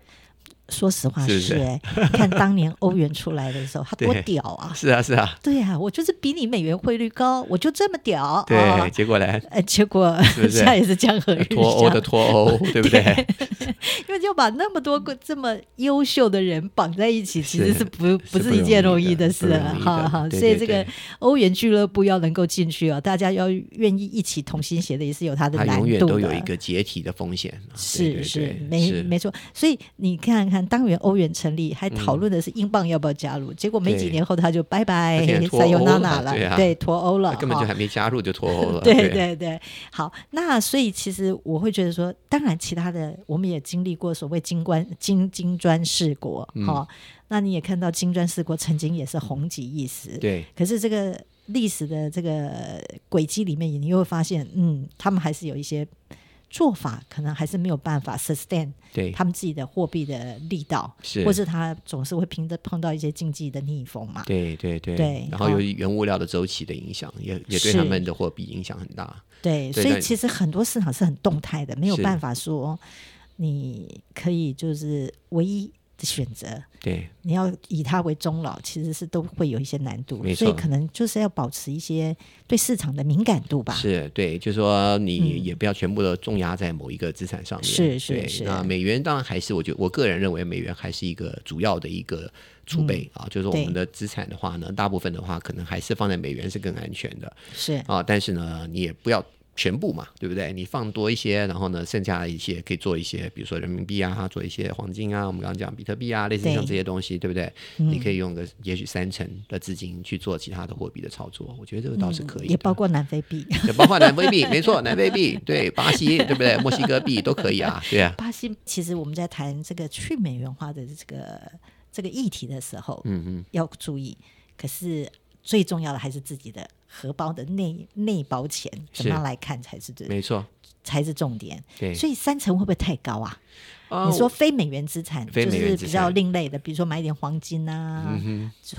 说实话
是不
是
是
哎、你看当年欧元出来的时候，它多
对
屌啊！
是啊，是啊，
对啊，我就是比你美元汇率高，我就这么屌。
对，
啊
结果 呢？
呃，结果
不 是
现在也是江河日
脱欧
下
的，脱欧，对不对？
因为就把那么多个这么优秀的人绑在一起，其实
嗯是
是不
是不
不是一件
容
容
易
易
的
的
不
事
容
啊，
易的
哈哈。
对
所以
对
这
对
个欧元俱乐部要能够进去啊，大家要愿意一起同心协力，也是有它的
它
难
永远
度
都有一
的。
个解体的风险。啊对
是
对
是
对，
没
是
没错，所以你看看，当年欧元成立，还讨论的是英镑要不要加入，结果没几
嗯对
年后他就拜拜
它现在，脱
塞尤
欧
娜
了
娜
对啊
了，对，脱欧了，
它根本
哈
就还没加入就脱欧 了。
对对对，好，那所以其实我会觉得说，当然其他的我们也经历过所谓金冠金金砖四国，
嗯
哈、那你也看到金砖四国曾经也是红极一时，
对
可是这个历史的这个轨迹里面，你又会发现，嗯，他们还是有一些做法，可能还是没有办法 sustain
对，
他们自己的货币的力道，
是
或是他总是会凭着碰到一些经济的逆风嘛，
对对对
对
然后由
哦
于原物料的周期的影响，也也对
是
他们的货币影响很大。
对，
对
所以
但
其实很多市场是很动态的，没有
是
办法说，你可以就是唯一的选择，
对，
你要以它为终老，其实是都会有一些难度
没，错
所以可能就是要保持一些对市场的敏感度吧。嗯
是对，就是说你也不要全部都重压在某一个资产上面。
是是
对
是
那美元当然还是，我觉得我个人认为美元还是一个主要的一个储备、啊，就是说我们
嗯对
的资产的话呢，大部分的话可能还是放在美元是更安全的
是
啊。但是呢，你也不要。全部嘛，对不对？你放多一些，然后呢，剩下的一些可以做一些，比如说人民币啊，做一些黄金啊，我们刚刚讲比特币啊，类似像
对嗯
这些东西，对不对？你可以用个也许三成的资金去做其他的货币的操作，我觉得这个倒是可以的、
嗯也包括南非币，
对，包括南非币，没错，南非币，对，巴西，对不对？墨西哥币都可以啊，对 啊，
巴西。其实我们在谈这个去美元化的这个这个议题的时候，
嗯嗯，
要注意。可是最重要的还是自己的荷包的内内包钱怎么样
是
来看才是最
没错，
才是重点。
对。
所以三成会不会太高啊？
啊
你说非美元资产
非美元
就是
资
比较
产嗯
另类的，比如说买一点黄金啊，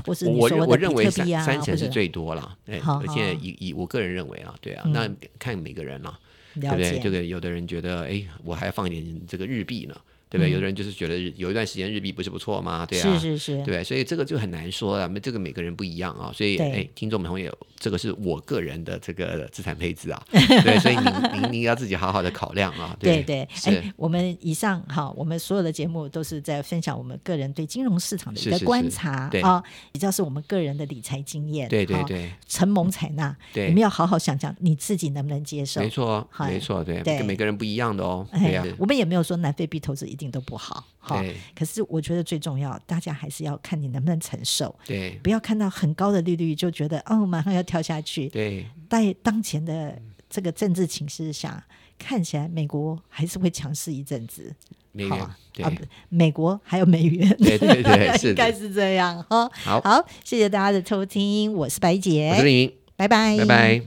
或是
我
你
我
所
认
谓
我
的
认
比
为
特
三
币啊，
三
或
成是
者
最多了，哎，
好嗯
而且以以我个人认为啊，对啊，那看每个人啦，对
了
不对？
解
这个有的人觉得，哎，我还放一点这个日币呢，对不对？有的人就是觉得日有一段时间日币不是不错嘛，对啊，
嗯是是是，
对，所以这个就很难说了，这个每个人不一样啊，所以
对
哎，听众朋友，这个是我个人的这个资产配置 啊，对，所以您您您要自己好好的考量啊，
对
对
对，
是
哎，我们以上哈，我们所有的节目都是在分享我们个人对金融市场的
是
一个
是
观
是
察
对
啊，比较是我们个人的理财经验，
对对
哈，
对
承蒙采纳，
对
你们要好好想想你自己能不能接受
没。错，
好
没错，对，
对
跟每个人不一样的哦，
哎
对呀，
我们也没有说南非币投资一定都不好，哈
对。
可是我觉得最重要，大家还是要看你能不能承受，
对
不要看到很高的利率就觉得哦，马上要跳下去。
对
在当前的这个政治情势下，看起来美国还是会强势一阵子。
每个
好
人
吧
对
啊，不美国还有美元，
对对对是
应该
的，
是这样哈。
好
好，谢谢大家的收听，我是白
我是
姐，
凌云，
拜拜，
拜拜。